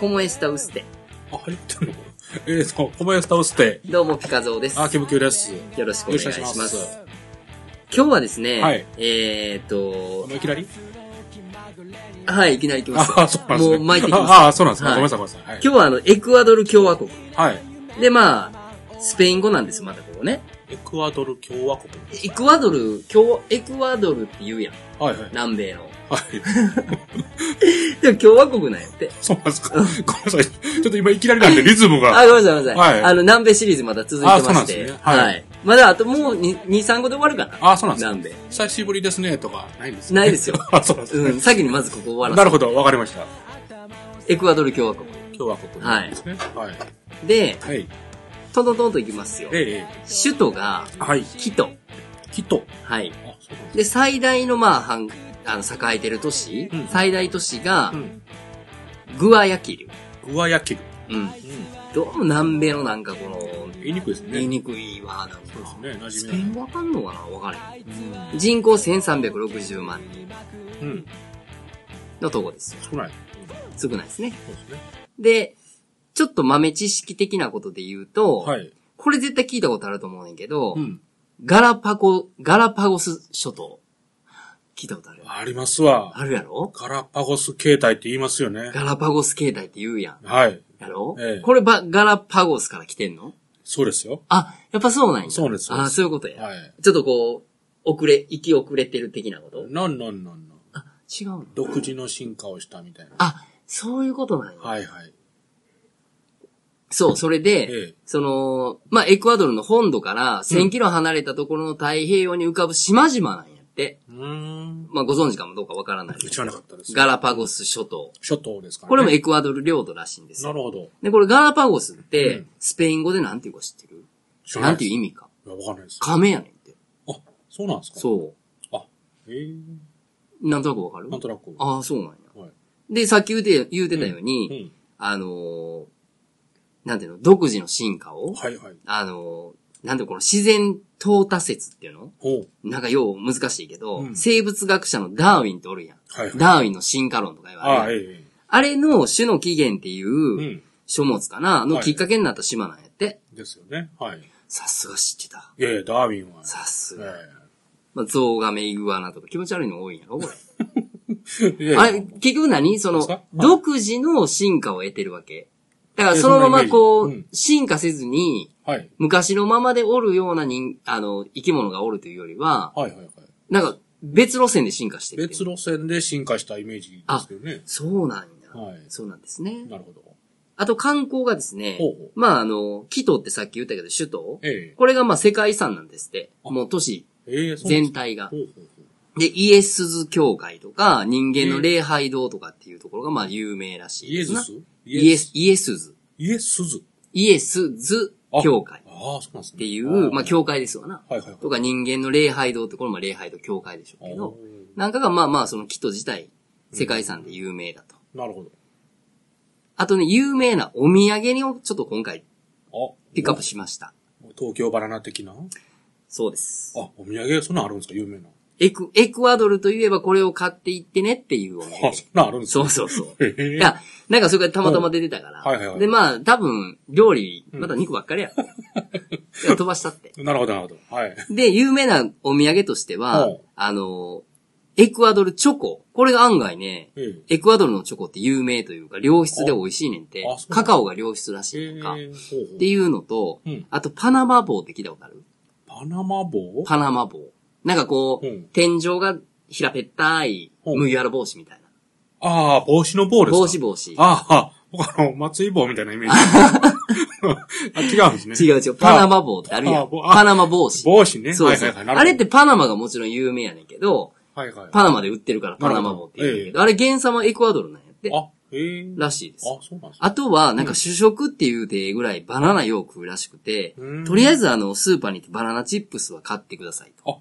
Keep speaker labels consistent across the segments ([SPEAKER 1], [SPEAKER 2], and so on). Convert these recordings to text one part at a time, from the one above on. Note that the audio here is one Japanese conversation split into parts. [SPEAKER 1] ¿Cómo está usted?
[SPEAKER 2] あ、入ってるのえー、そう、小林倒して、
[SPEAKER 1] どうも、ピカゾーです。
[SPEAKER 2] あ、キムキューです。
[SPEAKER 1] よろしくお願いします
[SPEAKER 2] よろくお願いし
[SPEAKER 1] 今日はですね、
[SPEAKER 2] はい
[SPEAKER 1] えーっ
[SPEAKER 2] あ
[SPEAKER 1] と
[SPEAKER 2] もう、いきなり
[SPEAKER 1] はい、いきなり行きます。
[SPEAKER 2] あ、そうなんですね。
[SPEAKER 1] もう巻いていきます
[SPEAKER 2] ああ、そうなんですね。
[SPEAKER 1] は
[SPEAKER 2] ご
[SPEAKER 1] い
[SPEAKER 2] めんなさい、ごめんなさい。
[SPEAKER 1] 今日はあの、エクアドル共和国。
[SPEAKER 2] はい。はい。
[SPEAKER 1] で、まあ、スペイン語なんです、またここね。
[SPEAKER 2] エクアドル共和国。
[SPEAKER 1] エクアドル、共和、エクアドルって言うやん。
[SPEAKER 2] はいはい。
[SPEAKER 1] 南米の。
[SPEAKER 2] はい。
[SPEAKER 1] でも共和国なんやって。
[SPEAKER 2] そうなんですか。ごめんなさい。ちょっと今いきなりなんで、リズム
[SPEAKER 1] あ、
[SPEAKER 2] が。
[SPEAKER 1] ごめんなさい、ごめんなさい。
[SPEAKER 2] はい
[SPEAKER 1] あの、南米シリーズまだ続いてま
[SPEAKER 2] あそうな
[SPEAKER 1] し
[SPEAKER 2] んで
[SPEAKER 1] て。
[SPEAKER 2] すねはい
[SPEAKER 1] まだあともう2、3語で終わるかな。
[SPEAKER 2] あ、そうなんですね。
[SPEAKER 1] 南米。
[SPEAKER 2] 久しぶりですね、とか、ないんですね
[SPEAKER 1] ないですよ
[SPEAKER 2] あ、そうなんです
[SPEAKER 1] うん、
[SPEAKER 2] ね。
[SPEAKER 1] 先にまずここ終わら
[SPEAKER 2] な
[SPEAKER 1] せ
[SPEAKER 2] るほど、わかりました。
[SPEAKER 1] エクアドル共和国。
[SPEAKER 2] 共和国なんですね。はい。
[SPEAKER 1] で、
[SPEAKER 2] はい。
[SPEAKER 1] トントントンと行きますよ。
[SPEAKER 2] え
[SPEAKER 1] 首都が、
[SPEAKER 2] え。はい。
[SPEAKER 1] キト。
[SPEAKER 2] キト。
[SPEAKER 1] はい。
[SPEAKER 2] あ、そうなんです
[SPEAKER 1] で、最大の、まあ、はんあの、栄えてる都市、
[SPEAKER 2] うん
[SPEAKER 1] 最大都市が
[SPEAKER 2] う、ん。
[SPEAKER 1] グアヤキリ
[SPEAKER 2] グアヤキル。
[SPEAKER 1] ュ。うん。
[SPEAKER 2] うん。
[SPEAKER 1] どうも南米のなんかこの、
[SPEAKER 2] 言いにくいですね。
[SPEAKER 1] 言いにくいワード。
[SPEAKER 2] そうですね、馴
[SPEAKER 1] ス
[SPEAKER 2] 染
[SPEAKER 1] ペイ
[SPEAKER 2] み
[SPEAKER 1] ン語わかんのかなわからへ
[SPEAKER 2] ない。
[SPEAKER 1] ん。人口1360万人
[SPEAKER 2] うん。うん。
[SPEAKER 1] のとこですよ。
[SPEAKER 2] 少ない。
[SPEAKER 1] 少ないですね。
[SPEAKER 2] そうですね。
[SPEAKER 1] で、ちょっと豆知識的なことで言うと、
[SPEAKER 2] はい。
[SPEAKER 1] これ絶対聞いたことあると思うねんけど、
[SPEAKER 2] うん。
[SPEAKER 1] ガラパゴ、ガラパゴス諸島。聞いたことある
[SPEAKER 2] ありますわ。
[SPEAKER 1] あるやろ
[SPEAKER 2] ガラパゴス形態って言いますよね。
[SPEAKER 1] ガラパゴス形態って言うやん。
[SPEAKER 2] はい。
[SPEAKER 1] やろ、
[SPEAKER 2] ええ
[SPEAKER 1] これば、ガラパゴスから来てんの
[SPEAKER 2] そうですよ。
[SPEAKER 1] あ、やっぱそうなんや。
[SPEAKER 2] そうですそうです
[SPEAKER 1] あそういうことや。
[SPEAKER 2] はい。
[SPEAKER 1] ちょっとこう、遅れ、行き遅れてる的なこと
[SPEAKER 2] なんなんなんなん。
[SPEAKER 1] あ、違うの
[SPEAKER 2] 独自の進化をしたみたいな。
[SPEAKER 1] あ、そういうことなんや。
[SPEAKER 2] はいはい。
[SPEAKER 1] そう、それで、
[SPEAKER 2] ええ
[SPEAKER 1] その、まあ、エクアドルの本土から1000キロ離れたところの太平洋に浮かぶ島々なんやって。
[SPEAKER 2] うーん。
[SPEAKER 1] まあ、ご存知かもどうかわからない。
[SPEAKER 2] 知らなかったです。
[SPEAKER 1] ガラパゴス諸島。
[SPEAKER 2] 諸島ですからね。
[SPEAKER 1] これもエクアドル領土らしいんです
[SPEAKER 2] な
[SPEAKER 1] よ。
[SPEAKER 2] るほど。
[SPEAKER 1] で、これガラパゴスっ
[SPEAKER 2] う
[SPEAKER 1] て
[SPEAKER 2] ん、
[SPEAKER 1] スペイン語でなんていうか知ってる、
[SPEAKER 2] 知ら
[SPEAKER 1] な
[SPEAKER 2] ない
[SPEAKER 1] ん
[SPEAKER 2] で
[SPEAKER 1] て
[SPEAKER 2] す。
[SPEAKER 1] いう
[SPEAKER 2] い
[SPEAKER 1] 意味か。
[SPEAKER 2] や、わかんないです。あ、
[SPEAKER 1] 亀やねんって。
[SPEAKER 2] そうなんですかう。
[SPEAKER 1] そ
[SPEAKER 2] あ、ええ。
[SPEAKER 1] う。なんとなくわかる
[SPEAKER 2] なんとなく。
[SPEAKER 1] ああ、そうなんや。
[SPEAKER 2] はい。
[SPEAKER 1] で、さっき言うて、言うてたよう
[SPEAKER 2] う
[SPEAKER 1] に、
[SPEAKER 2] ん。
[SPEAKER 1] あのーなんていうの、独自の進化を、
[SPEAKER 2] はいはい。
[SPEAKER 1] あのーなんていうのこの自然淘汰説っていうの
[SPEAKER 2] ほう。
[SPEAKER 1] なんかよう難しいけど、
[SPEAKER 2] うん
[SPEAKER 1] 生物学者のダーウィンっておるやん。
[SPEAKER 2] はいはい。
[SPEAKER 1] ダーウィンの進化論とか言わ
[SPEAKER 2] あ
[SPEAKER 1] れ
[SPEAKER 2] え
[SPEAKER 1] る。
[SPEAKER 2] ええ
[SPEAKER 1] あれの種の起源ってい
[SPEAKER 2] え。う。
[SPEAKER 1] うん書物かな、の
[SPEAKER 2] はい
[SPEAKER 1] きっかけになった島なんやって。
[SPEAKER 2] ですよね。はい。
[SPEAKER 1] さすが知ってた。
[SPEAKER 2] いやいや、ダーウィンは。
[SPEAKER 1] さすが。
[SPEAKER 2] え
[SPEAKER 1] まあ、ゾウガメ、イグアナとか気持ち悪いの多いんやろこれ。
[SPEAKER 2] えいやいや
[SPEAKER 1] あれ、結局何そ
[SPEAKER 2] そうです
[SPEAKER 1] の
[SPEAKER 2] か、
[SPEAKER 1] 独自の進化を得てるわけ。だから
[SPEAKER 2] ええ
[SPEAKER 1] そのままこ
[SPEAKER 2] そんなイメ
[SPEAKER 1] う
[SPEAKER 2] ージ、
[SPEAKER 1] 進化せずに、
[SPEAKER 2] はい。
[SPEAKER 1] 昔のままでおるような人、あの、生き物がおるというよりは、
[SPEAKER 2] はいはいはい。
[SPEAKER 1] なんか別路線で進化してるっていう。
[SPEAKER 2] 別路線で進化したイメージですけどね。
[SPEAKER 1] そうなんや。
[SPEAKER 2] はい
[SPEAKER 1] そうなんですね。
[SPEAKER 2] なるほど。
[SPEAKER 1] あと観光がですね
[SPEAKER 2] ほうほう、
[SPEAKER 1] まああの、キトってさっき言ったけど首都
[SPEAKER 2] ええ。
[SPEAKER 1] これがまあ世界遺産なんですって。
[SPEAKER 2] あ
[SPEAKER 1] もう都市
[SPEAKER 2] ええ、そうなんで
[SPEAKER 1] 全
[SPEAKER 2] すか。
[SPEAKER 1] 体が
[SPEAKER 2] ほ。うほうほう。
[SPEAKER 1] で、イエスズ教会とか、人間の礼拝堂とかっていうところがまあ有名らしい
[SPEAKER 2] イエ
[SPEAKER 1] です
[SPEAKER 2] ズ
[SPEAKER 1] な
[SPEAKER 2] ス
[SPEAKER 1] イエス、。イエスズ。
[SPEAKER 2] イエスズ。
[SPEAKER 1] イエスズ教会っ
[SPEAKER 2] ああ、そうなんですね。って
[SPEAKER 1] いう、まあ教会ですわな。
[SPEAKER 2] はいはいはい。
[SPEAKER 1] とか人間の礼拝堂ってこれも礼拝堂教会でしょうけど、なんかがまあまあそのキト自体、世界遺産で有名だと。
[SPEAKER 2] なるほ
[SPEAKER 1] あとね、有名なお土産をちょっと今回
[SPEAKER 2] ど。あ、
[SPEAKER 1] ピックアップしました。
[SPEAKER 2] 東京バナナ的なあ、
[SPEAKER 1] そうです。
[SPEAKER 2] お土産、そんなんあるんですか有名な。
[SPEAKER 1] エク、エクアドルといえばこれを買っていってねっていうお土
[SPEAKER 2] あ、
[SPEAKER 1] 産。
[SPEAKER 2] そんなんあるんで す
[SPEAKER 1] そ
[SPEAKER 2] か
[SPEAKER 1] うそうそう。
[SPEAKER 2] へえ
[SPEAKER 1] いや、なんかそれがたまたま出てたから。
[SPEAKER 2] はいはいはい
[SPEAKER 1] で、まあ、多分、料理、まだ肉ばっかりや。いや飛ばしたって。
[SPEAKER 2] なるほど、なるほど。はい。
[SPEAKER 1] で、有名なお土産としては、
[SPEAKER 2] はい
[SPEAKER 1] あの、エクアドルチョコ。これが案外ね、
[SPEAKER 2] ええ。
[SPEAKER 1] エクアドルのチョコって有名というか、良質で美味しいねんて
[SPEAKER 2] ああそ、う
[SPEAKER 1] カカオが良質らしい
[SPEAKER 2] え
[SPEAKER 1] と
[SPEAKER 2] え、
[SPEAKER 1] か、
[SPEAKER 2] ほ
[SPEAKER 1] っ
[SPEAKER 2] うほう
[SPEAKER 1] ていうのと、
[SPEAKER 2] うん
[SPEAKER 1] あとパナマ棒って聞いたことある
[SPEAKER 2] パナマ帽
[SPEAKER 1] パナマ棒。なんかこう、
[SPEAKER 2] うん
[SPEAKER 1] 天井が平べったい
[SPEAKER 2] うん
[SPEAKER 1] 麦わら帽子みたいな。
[SPEAKER 2] ああ、帽子の棒ですか
[SPEAKER 1] 帽子帽子。
[SPEAKER 2] ああ、僕あの、松井棒みたいなイメー ジ。あ違うんですね。
[SPEAKER 1] 違う違う、パナマ棒ってあるや
[SPEAKER 2] あ
[SPEAKER 1] ん。
[SPEAKER 2] ぼあ
[SPEAKER 1] パナマ帽子。
[SPEAKER 2] 帽子ね。
[SPEAKER 1] そうそう。
[SPEAKER 2] はいはいはい、
[SPEAKER 1] あれって、パナマがもちろん有名やねんけど、
[SPEAKER 2] はいはい。
[SPEAKER 1] パナマで売ってるからパナマ棒って言うんだけど、あれ原産はエクアドルなんやって。
[SPEAKER 2] あ、へえ。
[SPEAKER 1] らしいです。
[SPEAKER 2] あ、そうなんですか
[SPEAKER 1] あとは、なんか主食っていうてぐらいバナナよう食うらしくて
[SPEAKER 2] うん、
[SPEAKER 1] とりあえずあの、スーパーに行ってバナナチップスは買ってくださいと。
[SPEAKER 2] あ、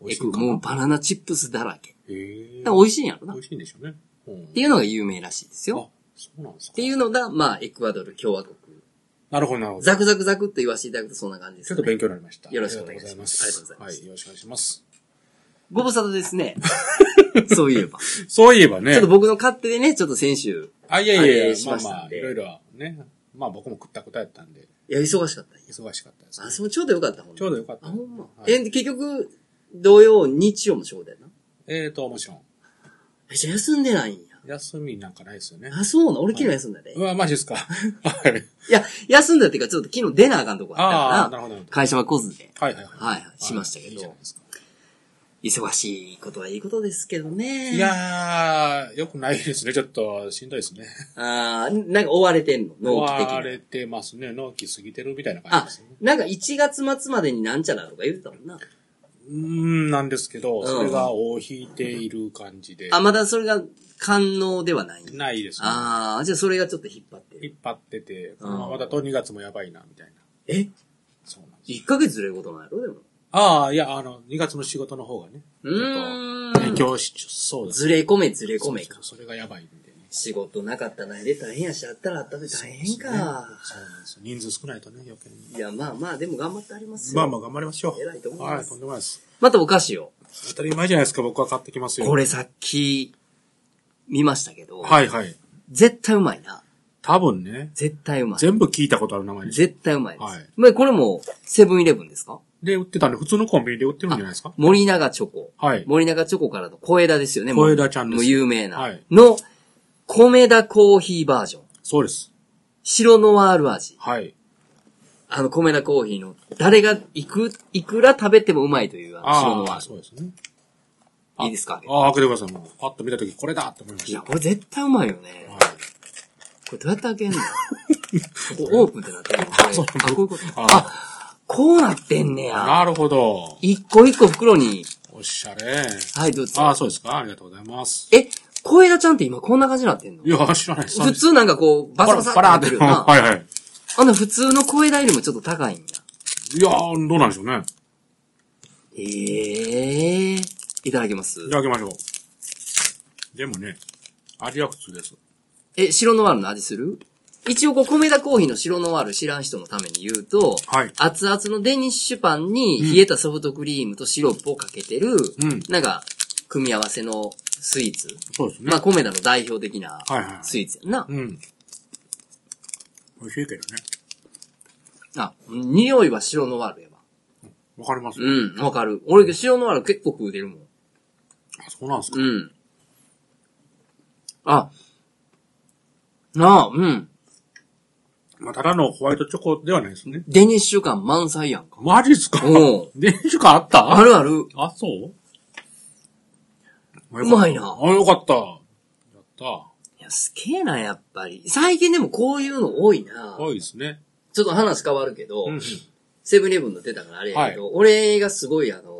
[SPEAKER 2] 美味
[SPEAKER 1] エ
[SPEAKER 2] しい
[SPEAKER 1] ク
[SPEAKER 2] か
[SPEAKER 1] もう
[SPEAKER 2] な。
[SPEAKER 1] バナナチップスだらけ。
[SPEAKER 2] へえ。
[SPEAKER 1] だから美味しいんやろな。っ
[SPEAKER 2] 美味しいんでしょうね。うん
[SPEAKER 1] ていうのが有名らしいですよ
[SPEAKER 2] あ。、そうなんですか
[SPEAKER 1] っていうのが、まあ、エクアドル共和国。
[SPEAKER 2] なるほど、なるほど。
[SPEAKER 1] ザクザクザクっと言わせていただくとそんな感じで
[SPEAKER 2] ち
[SPEAKER 1] す
[SPEAKER 2] ょっ
[SPEAKER 1] か
[SPEAKER 2] と
[SPEAKER 1] ね。
[SPEAKER 2] 勉強になりました。
[SPEAKER 1] よろしくお願いします
[SPEAKER 2] ありがとうございま
[SPEAKER 1] ありがとうございま
[SPEAKER 2] す。
[SPEAKER 1] す
[SPEAKER 2] はい、よろしくお願いします。
[SPEAKER 1] ご無沙汰ですね。そういえば。
[SPEAKER 2] そういえばね。
[SPEAKER 1] ちょっと僕の勝手でね、ちょっと先週、
[SPEAKER 2] あ、いやいやいや、
[SPEAKER 1] し
[SPEAKER 2] まあ
[SPEAKER 1] まし
[SPEAKER 2] ま
[SPEAKER 1] た
[SPEAKER 2] あ
[SPEAKER 1] ん、
[SPEAKER 2] い
[SPEAKER 1] で
[SPEAKER 2] ろいろね。まあ僕も食ったことやったんで、
[SPEAKER 1] いや、忙しかったんや
[SPEAKER 2] 忙しかったです。
[SPEAKER 1] あ、そう、ちょうどよかった、ほんま
[SPEAKER 2] ちょうどよかった
[SPEAKER 1] あ、ほんま。
[SPEAKER 2] はい
[SPEAKER 1] え、で結局、土曜、日曜も仕事やな。
[SPEAKER 2] えーと、もちろん。
[SPEAKER 1] え、じゃあ休んでないんや。
[SPEAKER 2] 休みなんかないですよね。
[SPEAKER 1] あ、そうな。俺昨日休んだで。
[SPEAKER 2] うわ、マ ジですか。はい。
[SPEAKER 1] いや、休んだっていうか、ちょっと昨日出なあかんとこあ
[SPEAKER 2] あ
[SPEAKER 1] った
[SPEAKER 2] あ、な
[SPEAKER 1] か
[SPEAKER 2] るほど。な
[SPEAKER 1] ら
[SPEAKER 2] る、ほ
[SPEAKER 1] 会社は来ずで、
[SPEAKER 2] どはいはいはい。
[SPEAKER 1] はいはいしましたけど
[SPEAKER 2] いいじゃないですか
[SPEAKER 1] 忙しいことはいいことですけどね。
[SPEAKER 2] いやー、よくないですね。ちょっと、しんどいですね。
[SPEAKER 1] あーなんか追われてんの、納期的
[SPEAKER 2] 追われ
[SPEAKER 1] に。
[SPEAKER 2] てますね。納期過ぎてるみたいな感
[SPEAKER 1] あ
[SPEAKER 2] じですね。、
[SPEAKER 1] なんか1月末までになんちゃらとか言ってたもんな。
[SPEAKER 2] うーん、なんですけど、
[SPEAKER 1] うん
[SPEAKER 2] それが尾を引いている感じで。
[SPEAKER 1] あ、まだそれが官能ではない。
[SPEAKER 2] ないですね。
[SPEAKER 1] ああ、じゃあそれがちょっと引っ張ってる。
[SPEAKER 2] 引っ張ってて、このままだと2月もやばいな、みたいな。
[SPEAKER 1] え
[SPEAKER 2] そうなんです。
[SPEAKER 1] ?1 ヶ月ずれることないやろでも。
[SPEAKER 2] ああ、いや、あの、2月の仕事の方がね。
[SPEAKER 1] うーん
[SPEAKER 2] ちょっと影響しそうです。
[SPEAKER 1] ずれ込めずれ込め
[SPEAKER 2] そ
[SPEAKER 1] か
[SPEAKER 2] う。そうそれがやばいんでね。
[SPEAKER 1] 仕事なかったないで大変やし、あったらあったで大変か。
[SPEAKER 2] そうなんです。人数少ないとね、余計に。
[SPEAKER 1] いや、まあまあ、でも頑張ってありますよ。
[SPEAKER 2] まあまあ頑張りましょう。
[SPEAKER 1] 偉いと思います
[SPEAKER 2] はい、とんでもないです。
[SPEAKER 1] またお菓子を。
[SPEAKER 2] 当たり前じゃないですか、僕は買ってきますよ。
[SPEAKER 1] こ。れさっき、見ましたけど。
[SPEAKER 2] はいはい。
[SPEAKER 1] 絶対うまいな。
[SPEAKER 2] 多分ね、
[SPEAKER 1] 絶対うまい。
[SPEAKER 2] 全部聞いたことある名前です。
[SPEAKER 1] 絶対うまいです。
[SPEAKER 2] はい
[SPEAKER 1] まあこれも、セブンイレブンですか
[SPEAKER 2] で、売ってたんで、普通のコンビニで売ってるんじゃないですか
[SPEAKER 1] 森永チョコ。
[SPEAKER 2] はい。
[SPEAKER 1] 森永チョコからの小枝ですよね。
[SPEAKER 2] 小枝ちゃんで
[SPEAKER 1] も
[SPEAKER 2] す
[SPEAKER 1] う有名な。
[SPEAKER 2] はい
[SPEAKER 1] の、米田コーヒーバージョン。
[SPEAKER 2] そうです。
[SPEAKER 1] 白ノワール味。
[SPEAKER 2] はい。
[SPEAKER 1] あの、米田コーヒーの、誰が、いく、いくら食べてもうまいという、あの白ノ
[SPEAKER 2] あ
[SPEAKER 1] ワー
[SPEAKER 2] あ、そうですね。
[SPEAKER 1] ル。いいですか
[SPEAKER 2] ああ、開けてください。もう、パッと見たとき、これだって思いま
[SPEAKER 1] い
[SPEAKER 2] し
[SPEAKER 1] や、
[SPEAKER 2] た。
[SPEAKER 1] これ絶対うまいよね。
[SPEAKER 2] はい
[SPEAKER 1] これどうやって開け んのここオープンってなってるのこれ
[SPEAKER 2] そ
[SPEAKER 1] あ、
[SPEAKER 2] う
[SPEAKER 1] こういうこと。
[SPEAKER 2] あ
[SPEAKER 1] こうなってんねや。
[SPEAKER 2] なるほど。
[SPEAKER 1] 一個一個袋に、
[SPEAKER 2] おしゃれ。
[SPEAKER 1] はい、どうぞ。
[SPEAKER 2] ああ、そうですか。ありがとうございます。
[SPEAKER 1] え、小枝ちゃんって今こんな感じになってんの
[SPEAKER 2] いや、知らないです。
[SPEAKER 1] 普通なんかこう、バサバサ
[SPEAKER 2] パラー
[SPEAKER 1] っ
[SPEAKER 2] って
[SPEAKER 1] なって
[SPEAKER 2] て。
[SPEAKER 1] るよな。
[SPEAKER 2] はいはい。
[SPEAKER 1] あの普通の小枝よりもちょっと高いんや。
[SPEAKER 2] いやー、どうなんでしょうね。
[SPEAKER 1] ええー。いただきます。
[SPEAKER 2] いただきましょう。でもね、味は普通です。
[SPEAKER 1] え、白ノワールの味する一応こう、米田コーヒーの白ノワール知らん人のために言うと、
[SPEAKER 2] はい
[SPEAKER 1] 熱々のデニッシュパンに冷えたソフトクリームとシロップをかけてる、
[SPEAKER 2] うん
[SPEAKER 1] なんか、組み合わせのスイーツ。
[SPEAKER 2] そうですね
[SPEAKER 1] まあ、。米田の代表的な
[SPEAKER 2] はいはい
[SPEAKER 1] スイーツやんな。
[SPEAKER 2] うん。美味しいけどね。
[SPEAKER 1] あ、匂いは白ノワールやわ。
[SPEAKER 2] わかります、
[SPEAKER 1] うん、わかる。俺、白ノワール結構食うてるもん。
[SPEAKER 2] あ、そうなんですか。
[SPEAKER 1] うん。あ、なあ、うん。
[SPEAKER 2] まあ、ただのホワイトチョコではないですね。
[SPEAKER 1] デニッシュ感満載やんか。
[SPEAKER 2] マジっすか
[SPEAKER 1] おう
[SPEAKER 2] 電子感あった
[SPEAKER 1] あるある。
[SPEAKER 2] あ、そう
[SPEAKER 1] うまいな
[SPEAKER 2] あ、よかった。やった。
[SPEAKER 1] いや、すげえな、やっぱり。最近でもこういうの多いな。
[SPEAKER 2] 多いですね。
[SPEAKER 1] ちょっと話変わるけど、
[SPEAKER 2] うん。
[SPEAKER 1] セブンイレブンの出たからあれやけど、俺がすごいあの、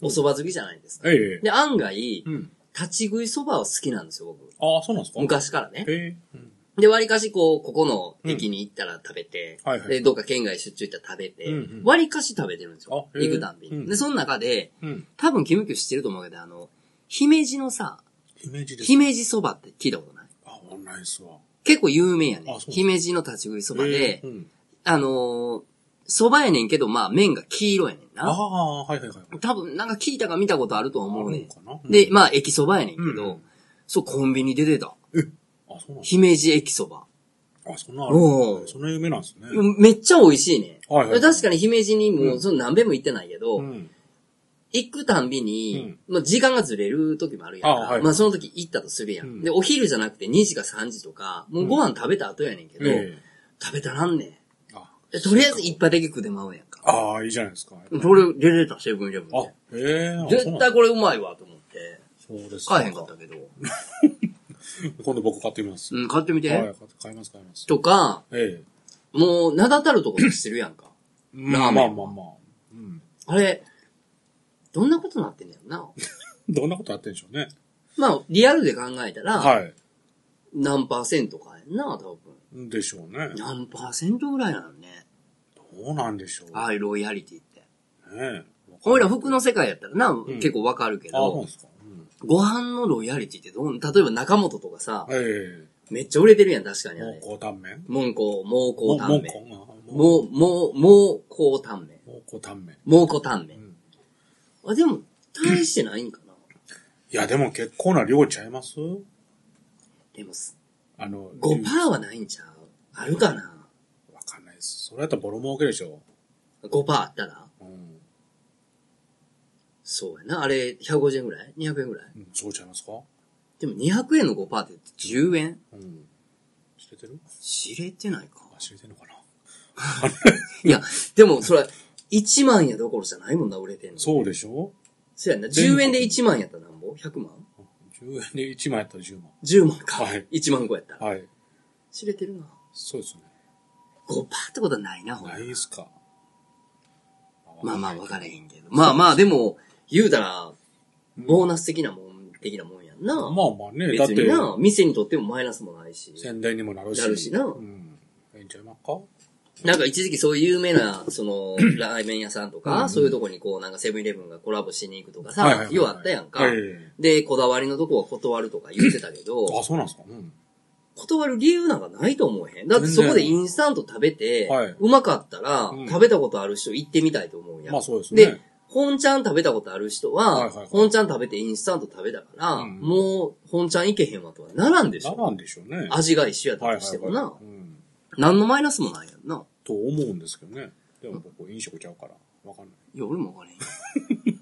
[SPEAKER 1] お蕎麦好きじゃないですか。
[SPEAKER 2] ええ。
[SPEAKER 1] で、案外、
[SPEAKER 2] うん。
[SPEAKER 1] 立ち食い蕎麦は好きなんですよ、僕。
[SPEAKER 2] ああ、そうなんですか
[SPEAKER 1] 昔からね。
[SPEAKER 2] ええ。うん
[SPEAKER 1] で、割かしこう、ここの駅に行ったら食べて、
[SPEAKER 2] うんはいはい
[SPEAKER 1] で、どっか県外出張行ったら食べて、
[SPEAKER 2] うんうん
[SPEAKER 1] 割かし食べてるんですよ。
[SPEAKER 2] あへえ
[SPEAKER 1] 行くたんびに。
[SPEAKER 2] うん
[SPEAKER 1] で、その中で、
[SPEAKER 2] うん。
[SPEAKER 1] 多分キムキュ知ってると思うけど、あの、姫路のさ、
[SPEAKER 2] 姫路です。
[SPEAKER 1] 姫路蕎麦って聞いたことない
[SPEAKER 2] あ、オンラインっすわ。
[SPEAKER 1] 結構有名やね
[SPEAKER 2] あ。そう
[SPEAKER 1] 姫路の立ち食い蕎麦で、
[SPEAKER 2] ええうん
[SPEAKER 1] あのー、蕎麦やねんけど、まあ麺が黄色やねん
[SPEAKER 2] あ
[SPEAKER 1] な。
[SPEAKER 2] あ、はいはいはい。
[SPEAKER 1] 多分なんか聞いたか見たことあるとは思うねん
[SPEAKER 2] あ。るのかな
[SPEAKER 1] で、
[SPEAKER 2] うん
[SPEAKER 1] まあ駅蕎麦やねんけど、
[SPEAKER 2] うん
[SPEAKER 1] そうコンビニで出てた。
[SPEAKER 2] あ、そうなんです
[SPEAKER 1] 姫路駅蕎麦。
[SPEAKER 2] かあ、そんなある
[SPEAKER 1] おう
[SPEAKER 2] そんな有名なんですね。
[SPEAKER 1] めっちゃ美味しいね。
[SPEAKER 2] はいはい
[SPEAKER 1] 確かに姫路にも、
[SPEAKER 2] うん
[SPEAKER 1] その何べも行ってないけど、
[SPEAKER 2] うん。
[SPEAKER 1] 行くたんびに、まあ時間がずれる時もあるやんか。
[SPEAKER 2] あはい
[SPEAKER 1] まあその時行ったとするやん,、
[SPEAKER 2] うん
[SPEAKER 1] で、お昼じゃなくて2時か3時とか、もうご飯食べた後やねんけど、
[SPEAKER 2] ええ
[SPEAKER 1] 食べたらんねん。
[SPEAKER 2] あ
[SPEAKER 1] でとりあえず一杯だけ食うてまうやんか。
[SPEAKER 2] ああ、いいじゃないですか。
[SPEAKER 1] これ出れた、セブンイレブン
[SPEAKER 2] あ
[SPEAKER 1] で。、
[SPEAKER 2] へえ。あ
[SPEAKER 1] 絶対これうまいわと思って、
[SPEAKER 2] そうなんそうです。
[SPEAKER 1] 買えへんかった。けど。
[SPEAKER 2] 今度僕買ってみます。
[SPEAKER 1] うん、買ってみて。
[SPEAKER 2] はい、買って買います、買います。
[SPEAKER 1] とか、
[SPEAKER 2] ええ。
[SPEAKER 1] もう、名だたるところしてるやんか。
[SPEAKER 2] ま
[SPEAKER 1] ーメ
[SPEAKER 2] あ
[SPEAKER 1] ン
[SPEAKER 2] まあまあまあ。うん。
[SPEAKER 1] あれ、どんなことなってんだよな。
[SPEAKER 2] どんなことあってんでしょうね。
[SPEAKER 1] まあ、リアルで考えたら、
[SPEAKER 2] はい。
[SPEAKER 1] 何パーセントかやんな、多分。
[SPEAKER 2] でしょうね。
[SPEAKER 1] 何パーセントぐらいなのね。
[SPEAKER 2] どうなんでしょう。
[SPEAKER 1] ああいうロイヤリティって。
[SPEAKER 2] ねえ。
[SPEAKER 1] 俺ら
[SPEAKER 2] あ、
[SPEAKER 1] 服の世界やったらな、
[SPEAKER 2] ん
[SPEAKER 1] 結構わかるけ
[SPEAKER 2] そう
[SPEAKER 1] ど
[SPEAKER 2] で、すか。うん
[SPEAKER 1] ご飯のロイヤリティってどう、例えば中本とかさ、
[SPEAKER 2] え
[SPEAKER 1] めっちゃ売れてるやん、確か
[SPEAKER 2] え。
[SPEAKER 1] にあ
[SPEAKER 2] 蒙
[SPEAKER 1] れ。
[SPEAKER 2] 古タンメン
[SPEAKER 1] 蒙古、蒙古タンメン。
[SPEAKER 2] 蒙
[SPEAKER 1] もう、もう、もう、こうタンメン。
[SPEAKER 2] 蒙古タンメン。
[SPEAKER 1] 蒙古タンメ
[SPEAKER 2] う
[SPEAKER 1] ン。
[SPEAKER 2] ん
[SPEAKER 1] あ、でも、大してないんかな。
[SPEAKER 2] いいや、でも結構な量ちゃいます
[SPEAKER 1] でもす、
[SPEAKER 2] あの、
[SPEAKER 1] 5%はないんちゃうあるかな
[SPEAKER 2] わかんないです。それやったらボロ儲けでしょ。
[SPEAKER 1] ?5% あったら
[SPEAKER 2] うん。
[SPEAKER 1] そうやな。あれ、150円ぐらい ?200 円ぐらい
[SPEAKER 2] うんそうちゃいますか
[SPEAKER 1] でも200円の5%って10円
[SPEAKER 2] うん。知れてる
[SPEAKER 1] 知れてないか。
[SPEAKER 2] あ、知れてるのかない
[SPEAKER 1] や、でもそれ、1万やどころじゃないもんな、売れてんの。
[SPEAKER 2] そうでしょ
[SPEAKER 1] そうやんな。10円で1万やったらなんぼ ?100 万
[SPEAKER 2] ?10 円で1万やったら10万。
[SPEAKER 1] ?10 万か。
[SPEAKER 2] はい
[SPEAKER 1] 1万個やったら。
[SPEAKER 2] はい。
[SPEAKER 1] 知れてるな。
[SPEAKER 2] そうですね。
[SPEAKER 1] 5%ってことはないな、ほら
[SPEAKER 2] ない。っすか。
[SPEAKER 1] まあまあ、分かれへんけど。まあまあ、でも、言うたら、ボーナス的なもん、的なもんやんな。
[SPEAKER 2] まあまあね、だっ
[SPEAKER 1] 別に
[SPEAKER 2] て、
[SPEAKER 1] な、店にとってもマイナスもないし。
[SPEAKER 2] 宣伝にもなるし。
[SPEAKER 1] なるしな
[SPEAKER 2] うん。ええんちゃいまっか
[SPEAKER 1] なんか一時期そういう有名な、そ の、ラーメン屋さんと
[SPEAKER 2] うんう
[SPEAKER 1] か、
[SPEAKER 2] ん
[SPEAKER 1] そういうとこにこう、なんかセブンイレブンがコラボしに行くとか
[SPEAKER 2] はいはい
[SPEAKER 1] さ
[SPEAKER 2] は、い
[SPEAKER 1] ようあったやんか。
[SPEAKER 2] ええ
[SPEAKER 1] で、こだわりのとこは断るとか言ってたけ
[SPEAKER 2] あ、
[SPEAKER 1] ど、
[SPEAKER 2] そうなんですかうん。
[SPEAKER 1] 断る理由なんかないと思えへん。だってそこでインスタント食べて
[SPEAKER 2] 全然はいう
[SPEAKER 1] まかったら
[SPEAKER 2] う、ん
[SPEAKER 1] 食べたことある人行ってみたいと思うやん
[SPEAKER 2] まあ。そうですね。
[SPEAKER 1] で本ちゃん食べたことある人
[SPEAKER 2] はい
[SPEAKER 1] は
[SPEAKER 2] はいはい、
[SPEAKER 1] 本ちゃん食べてインスタント食べたから、
[SPEAKER 2] うん
[SPEAKER 1] もう本ちゃんいけへんわとはならんでし
[SPEAKER 2] な
[SPEAKER 1] ょ。
[SPEAKER 2] らんでしょうね。
[SPEAKER 1] 味が一緒やった
[SPEAKER 2] はいはい
[SPEAKER 1] としても
[SPEAKER 2] は
[SPEAKER 1] な。
[SPEAKER 2] い。うん。
[SPEAKER 1] 何のマイナスもないやんな。
[SPEAKER 2] と思うんですけどね。でも僕飲食ちゃうから、わかんない。
[SPEAKER 1] いや、俺もわかれへん。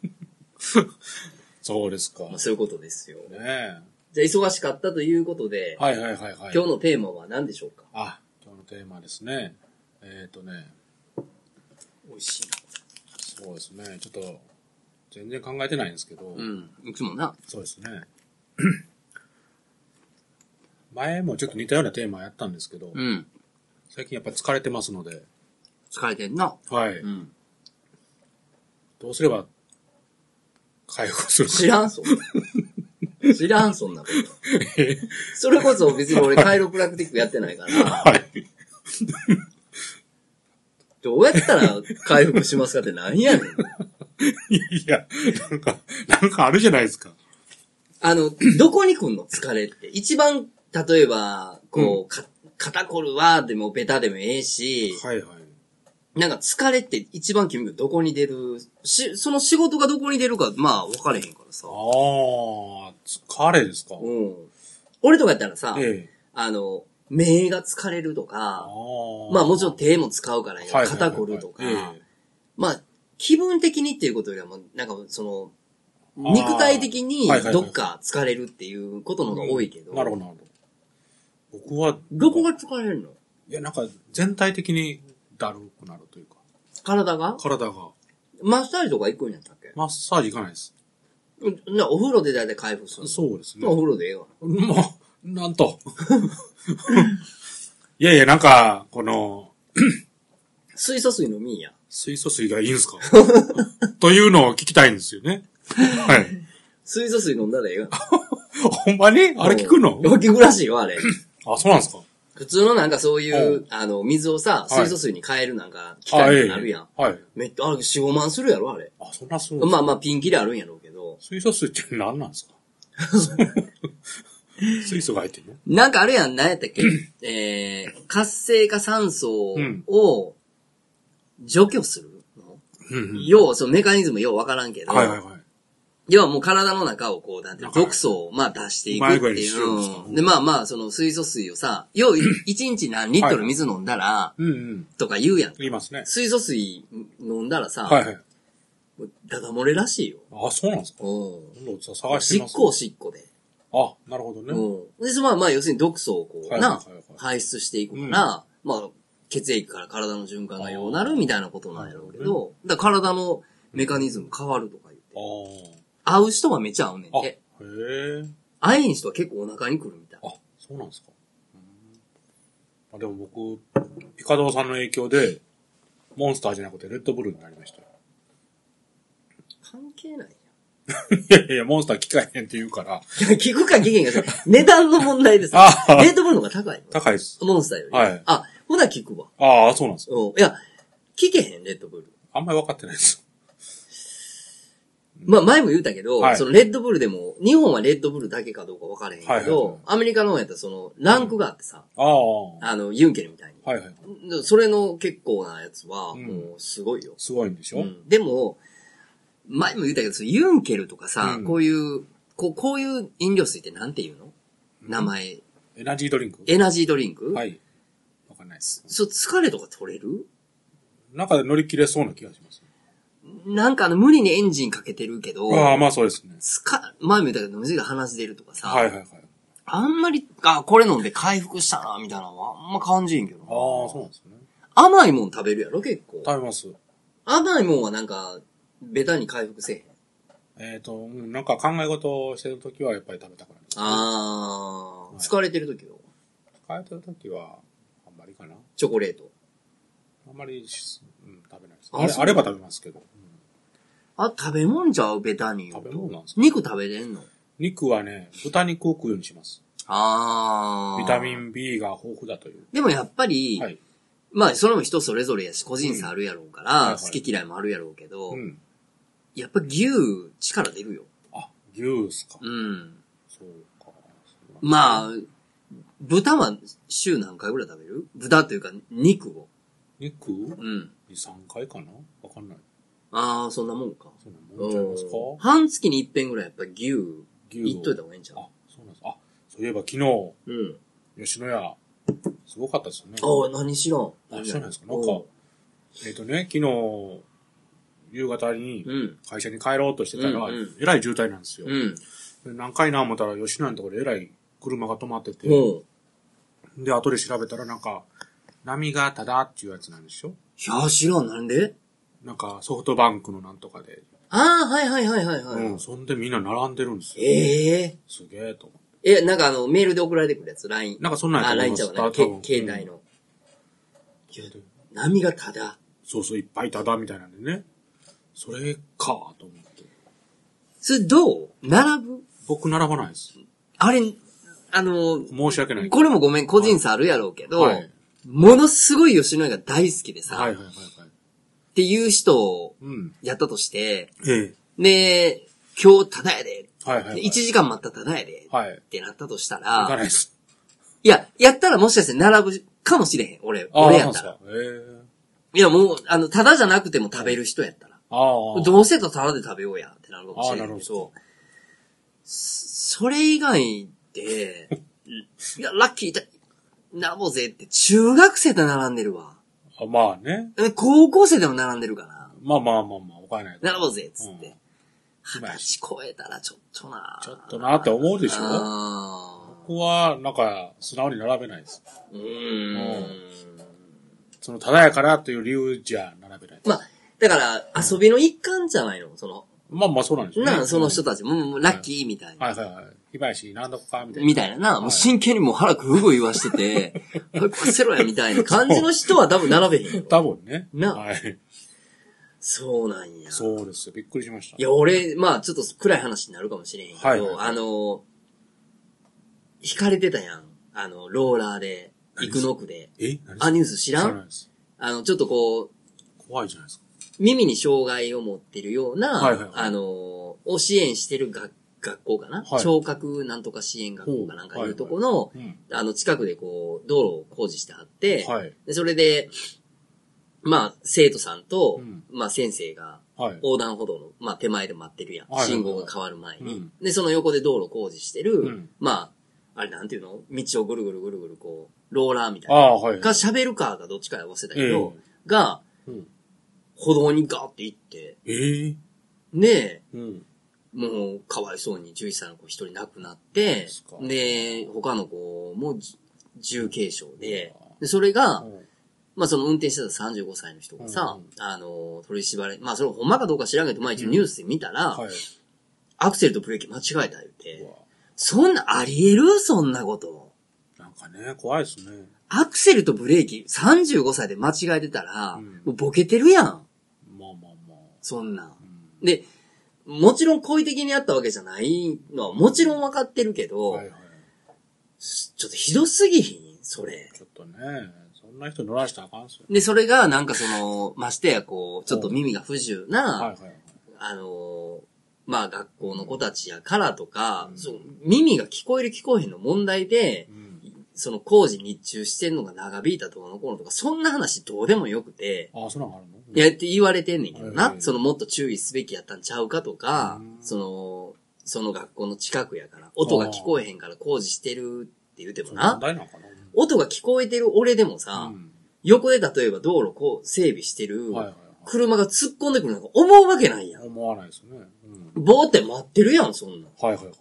[SPEAKER 2] そうですか。
[SPEAKER 1] まあ、
[SPEAKER 2] ね
[SPEAKER 1] そういうことですよ。
[SPEAKER 2] え。
[SPEAKER 1] じゃあ、忙しかったということで、
[SPEAKER 2] はいはいはいはい。
[SPEAKER 1] 今日のテーマは何でしょうか
[SPEAKER 2] あ、今日のテーマですね。えっ、とね、
[SPEAKER 1] 美味しい
[SPEAKER 2] そうですね。ちょっと、全然考えてないんですけど、
[SPEAKER 1] な。うん。いつもな。
[SPEAKER 2] そうですね。 前もちょっと似たようなテーマやったんですけど、
[SPEAKER 1] うん。
[SPEAKER 2] 最近やっぱ疲れてますので、
[SPEAKER 1] 疲れてんな。
[SPEAKER 2] はい。
[SPEAKER 1] うん。
[SPEAKER 2] どうすれば、回復す る
[SPEAKER 1] 知らん、そんな。知らん、そん なこと。それこそ別に俺カイロプラクティックやってないから、
[SPEAKER 2] か。はい。
[SPEAKER 1] どうやったら回復しますかって何やねん。
[SPEAKER 2] いや、なんか、なんかあるじゃないですか。
[SPEAKER 1] あの、どこに来んの疲れって。一番、例えば、こう、か肩こるわ、でもベタでもええし、
[SPEAKER 2] はいはい。
[SPEAKER 1] なんか疲れって一番君がどこに出る、し、その仕事がどこに出るか、まあ分かれへんからさ。
[SPEAKER 2] ああ、疲れですか。
[SPEAKER 1] うん。俺とかやったらさ、
[SPEAKER 2] ええ。
[SPEAKER 1] あの、目が疲れるとか、
[SPEAKER 2] あ
[SPEAKER 1] まあもちろん
[SPEAKER 2] ん、
[SPEAKER 1] 手も使うからね、
[SPEAKER 2] はいはいはい
[SPEAKER 1] 肩こるとか、
[SPEAKER 2] ええ
[SPEAKER 1] まあ気分的にっていうことよりはもう、なんかその、
[SPEAKER 2] あー
[SPEAKER 1] 肉体的に
[SPEAKER 2] はいはいはい
[SPEAKER 1] どっか疲れるっていうことの方が多いけど、
[SPEAKER 2] なるほど、なるほど。僕は、
[SPEAKER 1] どこが疲れるの
[SPEAKER 2] いや、なんか、全体的にだるくなるというか、
[SPEAKER 1] 体が
[SPEAKER 2] 体が、
[SPEAKER 1] マッサージとか行くんやったっけ
[SPEAKER 2] マッサージいかないです。
[SPEAKER 1] うんなお風呂でだいたい回復するの。
[SPEAKER 2] そうですね
[SPEAKER 1] まあ。お風呂でええわ。
[SPEAKER 2] まあ、なんと。 いやいや、なんか、この、
[SPEAKER 1] 水素水飲みんや。
[SPEAKER 2] 水素水がいい んですかというのを聞きたいんですよね。はい。
[SPEAKER 1] 水素水飲んだらええわ。
[SPEAKER 2] ほんまにあれ聞くの
[SPEAKER 1] うん聞くらしいよ、 あれ。
[SPEAKER 2] あ、そうなんですか
[SPEAKER 1] 普通のなんかそういうう、あの、水をさ、
[SPEAKER 2] はい
[SPEAKER 1] 水素水に変えるなんか、機
[SPEAKER 2] あ、
[SPEAKER 1] 械になるやん。
[SPEAKER 2] はい。
[SPEAKER 1] めっちゃ、あれ、4、5万するやろ、あれ。
[SPEAKER 2] あ、そんなすごい。
[SPEAKER 1] まあまあ、ピンキリあるんやろうけど。
[SPEAKER 2] 水素水って何な んですか水素が入ってるの
[SPEAKER 1] なんかあれやん、何やったっ けえー、活性化酸素
[SPEAKER 2] うん
[SPEAKER 1] を除去するの、
[SPEAKER 2] うんうん
[SPEAKER 1] 要は、そのメカニズムようわからんけど、
[SPEAKER 2] はいはいはい。
[SPEAKER 1] 要はもう体の中をこう、なんていうの、
[SPEAKER 2] 中に
[SPEAKER 1] 毒素をまあ出していくって
[SPEAKER 2] うまい具合に
[SPEAKER 1] い
[SPEAKER 2] してるんですか
[SPEAKER 1] う。うんで、まあまあ、その水素水をさ、要は1日何リットル水飲んだら、
[SPEAKER 2] うんうん。
[SPEAKER 1] とか言うやん。
[SPEAKER 2] 言いますね。
[SPEAKER 1] 水素水飲んだらさ、
[SPEAKER 2] はいはい。
[SPEAKER 1] ダダ漏れらしいよ。
[SPEAKER 2] あ、そうなんですか
[SPEAKER 1] うん。
[SPEAKER 2] 今度さ探して
[SPEAKER 1] しっ
[SPEAKER 2] ます。
[SPEAKER 1] こをしっこで。
[SPEAKER 2] あ、なるほどね。
[SPEAKER 1] うん。で、そのまあまあ、要するに毒素をこ
[SPEAKER 2] は
[SPEAKER 1] う、
[SPEAKER 2] いはい
[SPEAKER 1] な
[SPEAKER 2] は
[SPEAKER 1] い
[SPEAKER 2] はい、
[SPEAKER 1] 排出していくから、まあ、血液から体の循環がようなるみたいなことなんやろうけど、だから体のメカニズム変わるとか言って。会う人はめっちゃ合うねん
[SPEAKER 2] ああ。
[SPEAKER 1] て。
[SPEAKER 2] へえ。
[SPEAKER 1] 会えん人は結構お腹にくるみたい。
[SPEAKER 2] あ、そうなんですか。うんあでも僕、イカドーさんの影響で、モンスターじゃなくてレッドブルになりましたよ。
[SPEAKER 1] 関係ないやん。
[SPEAKER 2] いやいやいや、モンスター機械変って言うから、
[SPEAKER 1] いや 聞くか聞けんかさ、値段の問題です。レ
[SPEAKER 2] あー
[SPEAKER 1] ートボールの方が高いの。
[SPEAKER 2] 高いです。
[SPEAKER 1] モンスターより。
[SPEAKER 2] はい
[SPEAKER 1] あ、ほな聞くわ。
[SPEAKER 2] ああ、そうなんですか。
[SPEAKER 1] うん。いや、聞けへん、レッドブル。
[SPEAKER 2] あんまり分かってないです。
[SPEAKER 1] まあ前も言ったけど、
[SPEAKER 2] はい
[SPEAKER 1] そのレッドブルでも、日本はレッドブルだけかどうか分からへんけど、
[SPEAKER 2] はいはいはい
[SPEAKER 1] アメリカの方やったらその、ランクがあってさ、
[SPEAKER 2] ああ。は
[SPEAKER 1] あの、ユンケルみたいに。
[SPEAKER 2] いはい。
[SPEAKER 1] でそれの結構なやつは、
[SPEAKER 2] うん
[SPEAKER 1] もうすごいよ、
[SPEAKER 2] すごいんでし
[SPEAKER 1] う
[SPEAKER 2] ょ
[SPEAKER 1] んでも、前も言ったけど、そのユンケルとかさ、
[SPEAKER 2] うん
[SPEAKER 1] こういう、こう、こういう飲料水ってなんて言うの名前。
[SPEAKER 2] エナジードリンク
[SPEAKER 1] エナジードリンク
[SPEAKER 2] はい。わかんないです。
[SPEAKER 1] そう、疲れとか取れる
[SPEAKER 2] 中で乗り切れそうな気がします。
[SPEAKER 1] なんかあの、無理にエンジンかけてるけど、
[SPEAKER 2] ああ、まあそうですね。
[SPEAKER 1] つか、前も言ったけど、飲みが鼻血出るとかさ、
[SPEAKER 2] はいはいはい。ああ、
[SPEAKER 1] あんまり、あ、これ飲んで回復したな、みたいなのはあんま感じんけどな。
[SPEAKER 2] そうなんですね。
[SPEAKER 1] 甘いもん食べるやろ、結構。
[SPEAKER 2] 食べます。
[SPEAKER 1] 甘いもんはなんか、ベタに回復せえへん。
[SPEAKER 2] えっ、と、うんなんか考え事をしてるときはやっぱり食べたくなる。
[SPEAKER 1] あー、
[SPEAKER 2] はい
[SPEAKER 1] 疲れてる時よ。
[SPEAKER 2] 変えてるときは、あんまりかな。
[SPEAKER 1] チョコレート。
[SPEAKER 2] あんまりし、うん、食べないです。
[SPEAKER 1] あ
[SPEAKER 2] あれ
[SPEAKER 1] そう
[SPEAKER 2] あれば食べますけど。
[SPEAKER 1] あ、食べ物ちゃう、ベタに言う
[SPEAKER 2] 食べ
[SPEAKER 1] と。
[SPEAKER 2] 物なんですか
[SPEAKER 1] 肉食べれんの
[SPEAKER 2] 肉はね、豚肉を食うようにします。
[SPEAKER 1] あー。
[SPEAKER 2] ビタミ。ン B が豊富だという。
[SPEAKER 1] でもやっぱり、
[SPEAKER 2] はい。
[SPEAKER 1] まあ、それも人それぞれやし、個人差あるやろうから、
[SPEAKER 2] うんはいはい
[SPEAKER 1] 好き嫌いもあるやろうけど、
[SPEAKER 2] うん。
[SPEAKER 1] やっぱ牛、力出るよ。
[SPEAKER 2] あ、牛っすか。
[SPEAKER 1] うん。
[SPEAKER 2] そうか。そうなんだ
[SPEAKER 1] まあ、豚は週何回ぐらい食べる豚というか、肉を。
[SPEAKER 2] 肉2、
[SPEAKER 1] うん。
[SPEAKER 2] 3回かなわかんない。
[SPEAKER 1] ああ、そんなもんか。
[SPEAKER 2] そんなもんちゃいますか
[SPEAKER 1] うん半月に一遍ぐらいやっぱ牛、
[SPEAKER 2] 牛
[SPEAKER 1] いっといた方がいいんちゃう
[SPEAKER 2] あ、そうなんです。あ、そういえば昨日、
[SPEAKER 1] うん。
[SPEAKER 2] 吉野家、すごかったですよね。
[SPEAKER 1] ああ、何しろん。
[SPEAKER 2] あそうなんですかなんかえっ、とね、昨日、夕方に
[SPEAKER 1] う、ん。
[SPEAKER 2] 会社に帰ろうとしてたら、
[SPEAKER 1] うんうん
[SPEAKER 2] えらい渋滞なんですよ。
[SPEAKER 1] うん。
[SPEAKER 2] で何回な思ったら、吉野家のところでえらい車が止まってて、
[SPEAKER 1] もう、
[SPEAKER 2] で、後で調べたら、なんか、波がただっていうやつなんでしょ
[SPEAKER 1] いや、知らん、なんで
[SPEAKER 2] なんか、ソフトバンクのなんとかで。
[SPEAKER 1] ああ、はいはいはいはいはい。
[SPEAKER 2] うん。そんでみんな並んでるんですよ。
[SPEAKER 1] ええ
[SPEAKER 2] すげえと思って。
[SPEAKER 1] え、なんかあの、メールで送られてくるやつ、LINE。
[SPEAKER 2] なんかそんなんや
[SPEAKER 1] あ、
[SPEAKER 2] と思い
[SPEAKER 1] LINE
[SPEAKER 2] ま
[SPEAKER 1] ちゃ
[SPEAKER 2] す
[SPEAKER 1] うな。
[SPEAKER 2] 多
[SPEAKER 1] け
[SPEAKER 2] 分
[SPEAKER 1] 携帯の。いや、波がただ。
[SPEAKER 2] そうそう、いっぱいただみたいなんでね。それか、と思って。
[SPEAKER 1] それどう並ぶ
[SPEAKER 2] 僕並ばないです。
[SPEAKER 1] あれ、あの、
[SPEAKER 2] 申し訳ない。
[SPEAKER 1] これもごめん、個人差あるやろうけど、
[SPEAKER 2] はい
[SPEAKER 1] ものすごい吉野家が大好きでさ、
[SPEAKER 2] はいはい
[SPEAKER 1] っ
[SPEAKER 2] はいはい。
[SPEAKER 1] ていう人を
[SPEAKER 2] うん。
[SPEAKER 1] やったとして、
[SPEAKER 2] ええ。
[SPEAKER 1] で、今日ただやで、
[SPEAKER 2] はいはい、
[SPEAKER 1] で
[SPEAKER 2] はい。
[SPEAKER 1] 1時間待ったらただやで、
[SPEAKER 2] はい。
[SPEAKER 1] ってなったとした
[SPEAKER 2] 行かない
[SPEAKER 1] ら、
[SPEAKER 2] です。
[SPEAKER 1] いや、やったらもしかして並ぶかもしれへん、俺、
[SPEAKER 2] ああ、
[SPEAKER 1] 俺
[SPEAKER 2] な
[SPEAKER 1] や
[SPEAKER 2] ん
[SPEAKER 1] っ
[SPEAKER 2] で
[SPEAKER 1] た
[SPEAKER 2] す
[SPEAKER 1] ら。
[SPEAKER 2] か。ええ。
[SPEAKER 1] いや、もう、あの、ただじゃなくても食べる人やったら。
[SPEAKER 2] ああ。
[SPEAKER 1] どうせとただで食べようや、ってなるかもしれな
[SPEAKER 2] あーないる
[SPEAKER 1] け
[SPEAKER 2] ほど
[SPEAKER 1] ど、そそれ以外で、 いや、ラッキーだ、なぼぜって中学生と並んでるわ。
[SPEAKER 2] あまあね。
[SPEAKER 1] え高校生でも並んでるかな。
[SPEAKER 2] まあまあまあまあ、お金ない。
[SPEAKER 1] 並ぼうぜ、つって
[SPEAKER 2] うん。
[SPEAKER 1] 二、
[SPEAKER 2] ま
[SPEAKER 1] 十、
[SPEAKER 2] あ
[SPEAKER 1] 歳超えたらちょっとな
[SPEAKER 2] ちょっとなって思うでしょ
[SPEAKER 1] あ
[SPEAKER 2] 僕は、なんか、素直に並べないです。
[SPEAKER 1] ーうーん。
[SPEAKER 2] その、ただやからという理由じゃ並べないです。
[SPEAKER 1] まあ、だから遊びの一環じゃないのその、
[SPEAKER 2] まあまあ、そうなんでしょうね。
[SPEAKER 1] なあその人
[SPEAKER 2] と。
[SPEAKER 1] たちも、もうラッキーみたいな。
[SPEAKER 2] はいはいはい。ひばやし、なんだこか、みたいな。
[SPEAKER 1] みたいなな、もう真剣にもう腹くぐぐ言わして て、早くせろやみたいな感じの人は多分並べへんよ。
[SPEAKER 2] 多分ね。
[SPEAKER 1] な
[SPEAKER 2] はい。
[SPEAKER 1] そうなんや。
[SPEAKER 2] そうですよ。びっくりしました。
[SPEAKER 1] いや、俺、まあちょっと暗い話になるかもしれへんけど、
[SPEAKER 2] はいはいはい
[SPEAKER 1] あの、惹かれてたやん。あの、ローラーで、行くのくで。
[SPEAKER 2] え何
[SPEAKER 1] あ、ニュース知ら
[SPEAKER 2] 知らなんいです。
[SPEAKER 1] あの、ちょっとこう、
[SPEAKER 2] 怖いじゃないですか。
[SPEAKER 1] 耳に障害を持ってるような、
[SPEAKER 2] はいはいはい
[SPEAKER 1] あの、を支援してる学学校かな、
[SPEAKER 2] はい
[SPEAKER 1] 聴覚なんとか支援学校かなんかいうとこの、
[SPEAKER 2] うん。
[SPEAKER 1] あの、近くでこう、道路を工事してはって、
[SPEAKER 2] はい。
[SPEAKER 1] で、それで、まあ、生徒さんと、
[SPEAKER 2] うん
[SPEAKER 1] まあ、先生が、
[SPEAKER 2] はい。
[SPEAKER 1] 横断歩道の、まあ、手前で待ってるやん。
[SPEAKER 2] はいはいはい
[SPEAKER 1] 信号が変わる前に、
[SPEAKER 2] うん
[SPEAKER 1] で、その横で道路工事してる、
[SPEAKER 2] うん
[SPEAKER 1] まあ、あれなんていうの道をぐるぐるぐるぐるこう、ローラーみたい
[SPEAKER 2] あ
[SPEAKER 1] な。
[SPEAKER 2] あ、はい。
[SPEAKER 1] か、喋るかがどっちか忘れたけど、
[SPEAKER 2] え
[SPEAKER 1] が、
[SPEAKER 2] うん
[SPEAKER 1] 歩道にガーって行って、
[SPEAKER 2] ええ。
[SPEAKER 1] で、
[SPEAKER 2] うん。
[SPEAKER 1] もう、かわいそうに11歳の子一人亡くなって
[SPEAKER 2] すか、
[SPEAKER 1] で、他の子もじ重軽傷で、でそれが、まあその運転してた35歳の人がさ、
[SPEAKER 2] うん
[SPEAKER 1] あの、取り締まれ、まあそれほんまかどうか知らんけど、まあ一応ニュースで見たら、
[SPEAKER 2] はい。
[SPEAKER 1] アクセルとブレーキ間違えた言うて
[SPEAKER 2] う、わ
[SPEAKER 1] そんなあり得るそんなこと。
[SPEAKER 2] なんかね、怖いですね。
[SPEAKER 1] アクセルとブレーキ35歳で間違えてたら、
[SPEAKER 2] うん
[SPEAKER 1] もうボケてるやん。
[SPEAKER 2] まあまあまあ。
[SPEAKER 1] そんなん
[SPEAKER 2] う。ん
[SPEAKER 1] で、もちろん故意的にやったわけじゃないのはもちろんわかってるけど、
[SPEAKER 2] はいはい。
[SPEAKER 1] ちょっとひどすぎひんそれ。
[SPEAKER 2] ちょっとね、そんな人乗らしたらあかんっすよ。
[SPEAKER 1] で、それがなんかその、ましてやこう、ちょっと耳が不自由な、
[SPEAKER 2] はいはいはい。
[SPEAKER 1] あのーまあ学校の子たちやからとか、
[SPEAKER 2] うん
[SPEAKER 1] そう耳が聞こえる聞こえへんの問題で、
[SPEAKER 2] うん。
[SPEAKER 1] その工事日中してんのが長引いたとかの頃とか、そんな話どうでもよくて、
[SPEAKER 2] あ、そんなんあるの
[SPEAKER 1] いやって言われてんねんけど
[SPEAKER 2] はい
[SPEAKER 1] な
[SPEAKER 2] は、い
[SPEAKER 1] そのもっと注意すべきやったんちゃうかとか
[SPEAKER 2] う、ん
[SPEAKER 1] その、その学校の近くやから、音が聞こえへんから工事してるって言うてもな
[SPEAKER 2] 問、題なのかな
[SPEAKER 1] 音が聞こえてる俺でもさ、
[SPEAKER 2] うん
[SPEAKER 1] 横で例えば道路こう整備してる、
[SPEAKER 2] はいはい
[SPEAKER 1] 車が突っ込んでくるなんか思うわけないや
[SPEAKER 2] は
[SPEAKER 1] ん
[SPEAKER 2] い。。思わないですね。うん。
[SPEAKER 1] ぼーって待ってるやん、そんなん。
[SPEAKER 2] はいはいはい。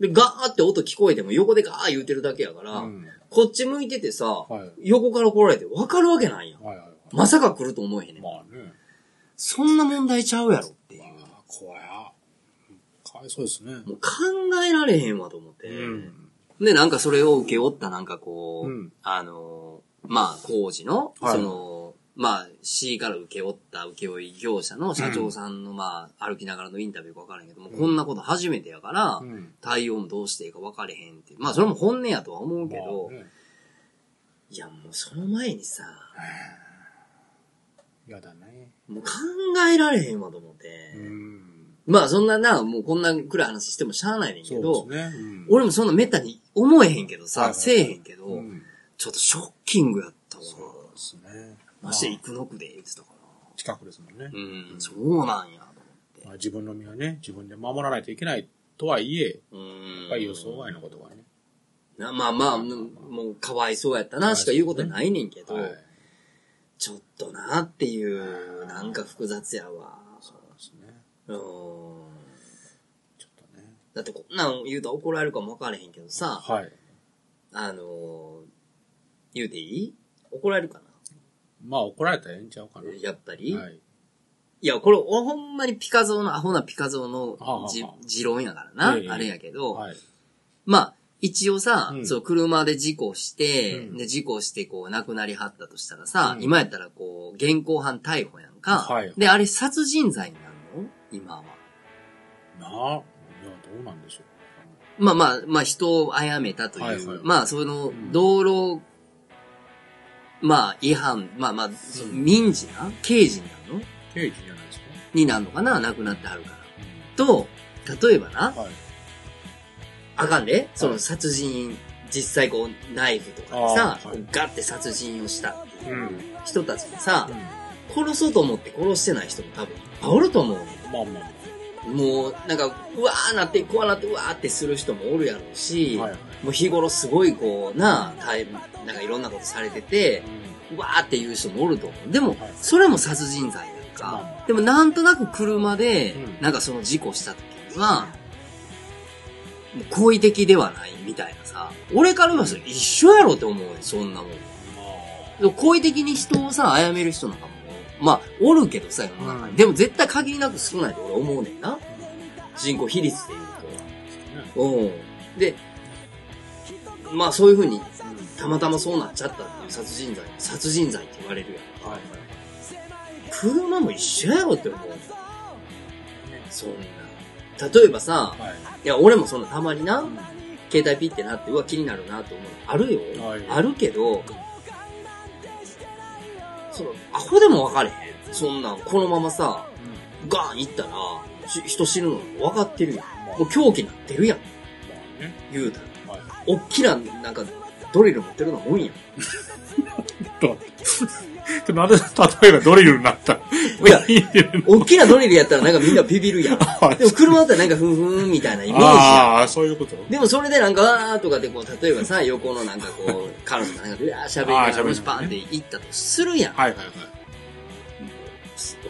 [SPEAKER 1] で、ガーって音聞こえても横でガー言うてるだけやから、
[SPEAKER 2] うん
[SPEAKER 1] こっち向いててさ、
[SPEAKER 2] はい
[SPEAKER 1] 横から来られて分かるわけないやん。
[SPEAKER 2] はいはいはい。
[SPEAKER 1] まさか来ると思えへんねん。
[SPEAKER 2] まあね。
[SPEAKER 1] そんな問題ちゃうやろっていう。
[SPEAKER 2] まあ、怖いや。かわいそうですね。
[SPEAKER 1] もう考えられへんわと思って。
[SPEAKER 2] うん。
[SPEAKER 1] で、なんかそれを受け負ったなんかこう、
[SPEAKER 2] うん
[SPEAKER 1] あのー、まあ工事の、
[SPEAKER 2] はい
[SPEAKER 1] その、まあ C から受け負った請負業者の社長さんの、まあ歩きながらのインタビューか分からへんけども、こんなこと初めてやから、
[SPEAKER 2] うん。
[SPEAKER 1] 対応もどうしていいか分かれへんっていう。まあそれも本音やとは思うけど、
[SPEAKER 2] まあね
[SPEAKER 1] いやもうその前にさ、
[SPEAKER 2] やだね。
[SPEAKER 1] もう考えられへんわと思って。
[SPEAKER 2] うん。
[SPEAKER 1] まあそんなな、もうこんな暗い話してもしゃあないねんけど、
[SPEAKER 2] そうですね。うん
[SPEAKER 1] 俺もそんなめったに思えへんけどさ、
[SPEAKER 2] はいはい
[SPEAKER 1] せえへんけど、
[SPEAKER 2] うん
[SPEAKER 1] ちょっとショッキングやったわ。
[SPEAKER 2] そうですね。
[SPEAKER 1] まして
[SPEAKER 2] ま
[SPEAKER 1] 行くのくで言ってたか
[SPEAKER 2] あ近くですもんね
[SPEAKER 1] ら。。うん、そうなんや。
[SPEAKER 2] まあ自分の身はね、自分で守らないといけないとはいえ、
[SPEAKER 1] うん。
[SPEAKER 2] やっぱり予想外のことがね。
[SPEAKER 1] なまあまあ、うんもうかわいそうやったなしか言うことないねんけど、
[SPEAKER 2] はい。
[SPEAKER 1] ちょっとなっていう、なんか複雑やわ。
[SPEAKER 2] そうですね。
[SPEAKER 1] うん。
[SPEAKER 2] ちょっとね。
[SPEAKER 1] だってこんなん言うたら怒られるかもわからへんけどさ、
[SPEAKER 2] はい。
[SPEAKER 1] あのー言うていい怒られるか
[SPEAKER 2] まあ怒られたらええんちゃうかな
[SPEAKER 1] な。やっぱり、
[SPEAKER 2] はい。
[SPEAKER 1] いや、これ、ほんまにピカゾーの、アホなピカゾーの
[SPEAKER 2] はあはあ
[SPEAKER 1] じ、持論やからな、
[SPEAKER 2] ええ
[SPEAKER 1] あれやけど、
[SPEAKER 2] はい。
[SPEAKER 1] まあ、一応さ、
[SPEAKER 2] うん
[SPEAKER 1] そう、車で事故して、
[SPEAKER 2] うん
[SPEAKER 1] で、事故して、こう、亡くなりはったとしたらさ、
[SPEAKER 2] うん
[SPEAKER 1] 今やったら、こう、現行犯逮捕やんか、
[SPEAKER 2] はい
[SPEAKER 1] で、あれ、殺人罪になるの今は。
[SPEAKER 2] なあ、いや、どうなんでしょ
[SPEAKER 1] まあまあ、まあ、人を殺めたという、
[SPEAKER 2] はいはい
[SPEAKER 1] まあ、その
[SPEAKER 2] う、ん
[SPEAKER 1] 道路、まあ、違反、まあまあ、その
[SPEAKER 2] うん
[SPEAKER 1] 民事な刑事になるの
[SPEAKER 2] う。刑事じゃないですか。
[SPEAKER 1] になるのかな亡くなってはるから。と、例えばな、
[SPEAKER 2] うんはい。
[SPEAKER 1] あかんで、その殺人、実際こう、ナイフとかでさ
[SPEAKER 2] あ、ー
[SPEAKER 1] こ
[SPEAKER 2] はいう
[SPEAKER 1] ガッて殺人をしたっていううん人たちでさ
[SPEAKER 2] う、ん
[SPEAKER 1] 殺そうと思って殺してない人も多分いっぱいおると思う。
[SPEAKER 2] まあまあま
[SPEAKER 1] もう、なんか、うわーなって、怖なって、うわーってする人もおるやろうし、
[SPEAKER 2] あ。はいはい。
[SPEAKER 1] もう日頃すごいこうな、大変、なんかいろんなことされてて、うわーっていう人もおると思う。でも
[SPEAKER 2] はい、
[SPEAKER 1] それも殺人罪やんか
[SPEAKER 2] ま。
[SPEAKER 1] でもなんとなく車で
[SPEAKER 2] う、ん
[SPEAKER 1] なんかその事故した時には、もう好意的ではないみたいなさ。俺から言わせたら一緒やろって思うよ、そんなもん。
[SPEAKER 2] まあ、
[SPEAKER 1] でも好意的に人をさ、殺める人なんかも、まあ、おるけどさ、世の中に
[SPEAKER 2] うん
[SPEAKER 1] でも絶対限りなく少ないと俺思うねんな。人口比率で言う
[SPEAKER 2] ね。
[SPEAKER 1] と。うん。で、まあそういう風にたまたまそうなっちゃったっていう殺人罪、殺人罪って言われるやん。
[SPEAKER 2] はいはい。
[SPEAKER 1] 車も一緒やろって思う。そんな。例えばさ、
[SPEAKER 2] はい
[SPEAKER 1] や俺もそんなたまにな、
[SPEAKER 2] い。
[SPEAKER 1] 携帯ピってなって、うわ気になるなって思う。あるよ。
[SPEAKER 2] はい
[SPEAKER 1] あるけど、その、アホでも分かれへん。そんなん、このままさ、
[SPEAKER 2] うん。
[SPEAKER 1] ガーン行ったら、し人死ぬの分かってるやん。
[SPEAKER 2] まあ
[SPEAKER 1] もう狂気になってるやん。
[SPEAKER 2] まあね。
[SPEAKER 1] 言うたら。
[SPEAKER 2] はい。
[SPEAKER 1] おっきな、なんか、ドリル持ってるのもんやん。
[SPEAKER 2] と、となんで、例えばドリルになった
[SPEAKER 1] い や
[SPEAKER 2] いや
[SPEAKER 1] おっきなドリルやったらなんかみんなビビるやん。
[SPEAKER 2] はい
[SPEAKER 1] でも車だったらなんかふんふんみたいなイメージやん。
[SPEAKER 2] ああ、そういうこと
[SPEAKER 1] でもそれでなんか、あーとかでこう、例えばさ、横のなんかこう、彼女がなんか、うわー喋りな
[SPEAKER 2] あ
[SPEAKER 1] が
[SPEAKER 2] ー喋りながら
[SPEAKER 1] ら、
[SPEAKER 2] ね
[SPEAKER 1] パンって行ったとするやん。
[SPEAKER 2] はいはいはい。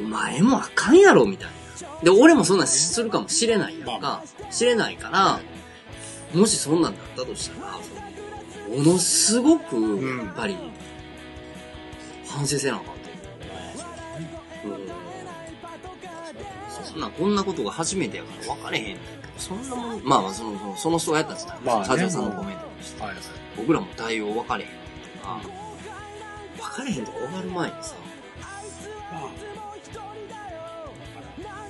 [SPEAKER 1] お前もあかんやろ、みたいな。で、俺もそんなんするかもしれないやん
[SPEAKER 2] ま
[SPEAKER 1] か。知れないから、もしそんなんだったとしたら、そのものすごく、
[SPEAKER 2] ん
[SPEAKER 1] やっぱり、反省せなあかんと思う。うんそんな、こんなことが初めてやから分かれへんねんけど、そんなもん、まあまあ、その、そのその人がやったんじゃない
[SPEAKER 2] まあね
[SPEAKER 1] 社長さんのコメントにして。
[SPEAKER 2] はいはい。
[SPEAKER 1] 僕らも対応分かれへんとか、分かれへんとか終わる前にさ、
[SPEAKER 2] まあ、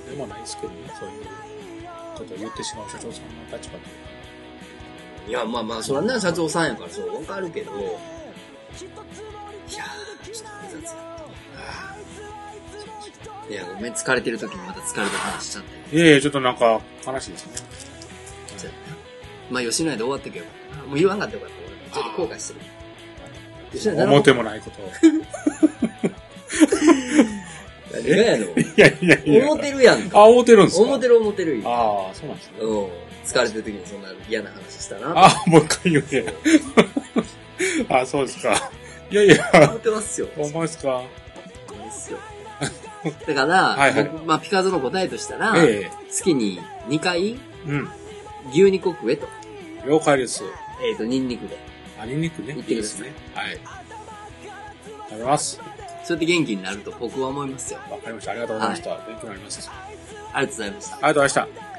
[SPEAKER 2] でもないですけどね、そういう、ちょっと言ってしまう社長さんの立場というか。
[SPEAKER 1] いや、まあまあ、それはな、社長さんやから、そう、わかるけど、いやー、ちょっと複雑やった。いや、ごめん、疲れてる時にまた疲れた話しちゃって。
[SPEAKER 2] いやいや、ちょっとなんか、悲しいですね。
[SPEAKER 1] まあ、吉野家で終わってけよかったな。もう言わんかったよかった。俺ちょっと後悔してる。吉野家
[SPEAKER 2] 表もないことを。
[SPEAKER 1] 何がやの
[SPEAKER 2] いやいやいや。
[SPEAKER 1] 思ってるやんか。
[SPEAKER 2] あ、思ってるんですか
[SPEAKER 1] 思ってる思ってる。
[SPEAKER 2] ああ、そうなんですね。
[SPEAKER 1] うん。疲れてる時にそんな嫌な話したな
[SPEAKER 2] あ、もう一回言うね。あ、そうですか。いやい
[SPEAKER 1] と
[SPEAKER 2] や、
[SPEAKER 1] 思ってますよ。
[SPEAKER 2] ほんまですか。
[SPEAKER 1] そうですよ。 だから、
[SPEAKER 2] はいはい
[SPEAKER 1] 僕まあ、ピカゾの答えとしたら、
[SPEAKER 2] え
[SPEAKER 1] 月に2回
[SPEAKER 2] えうん。
[SPEAKER 1] 牛肉を食えと。
[SPEAKER 2] 了解です。
[SPEAKER 1] えっ、と、ニンニクで。
[SPEAKER 2] ありにくね。
[SPEAKER 1] い
[SPEAKER 2] い
[SPEAKER 1] っ
[SPEAKER 2] い
[SPEAKER 1] てく
[SPEAKER 2] で
[SPEAKER 1] だ
[SPEAKER 2] す
[SPEAKER 1] さい
[SPEAKER 2] ね。はい。食べます。
[SPEAKER 1] それで元気になると僕は思いますよ。
[SPEAKER 2] わかりました。ありがとうございました。勉強になりました。あ
[SPEAKER 1] ありがとうございました。
[SPEAKER 2] りがとうございました。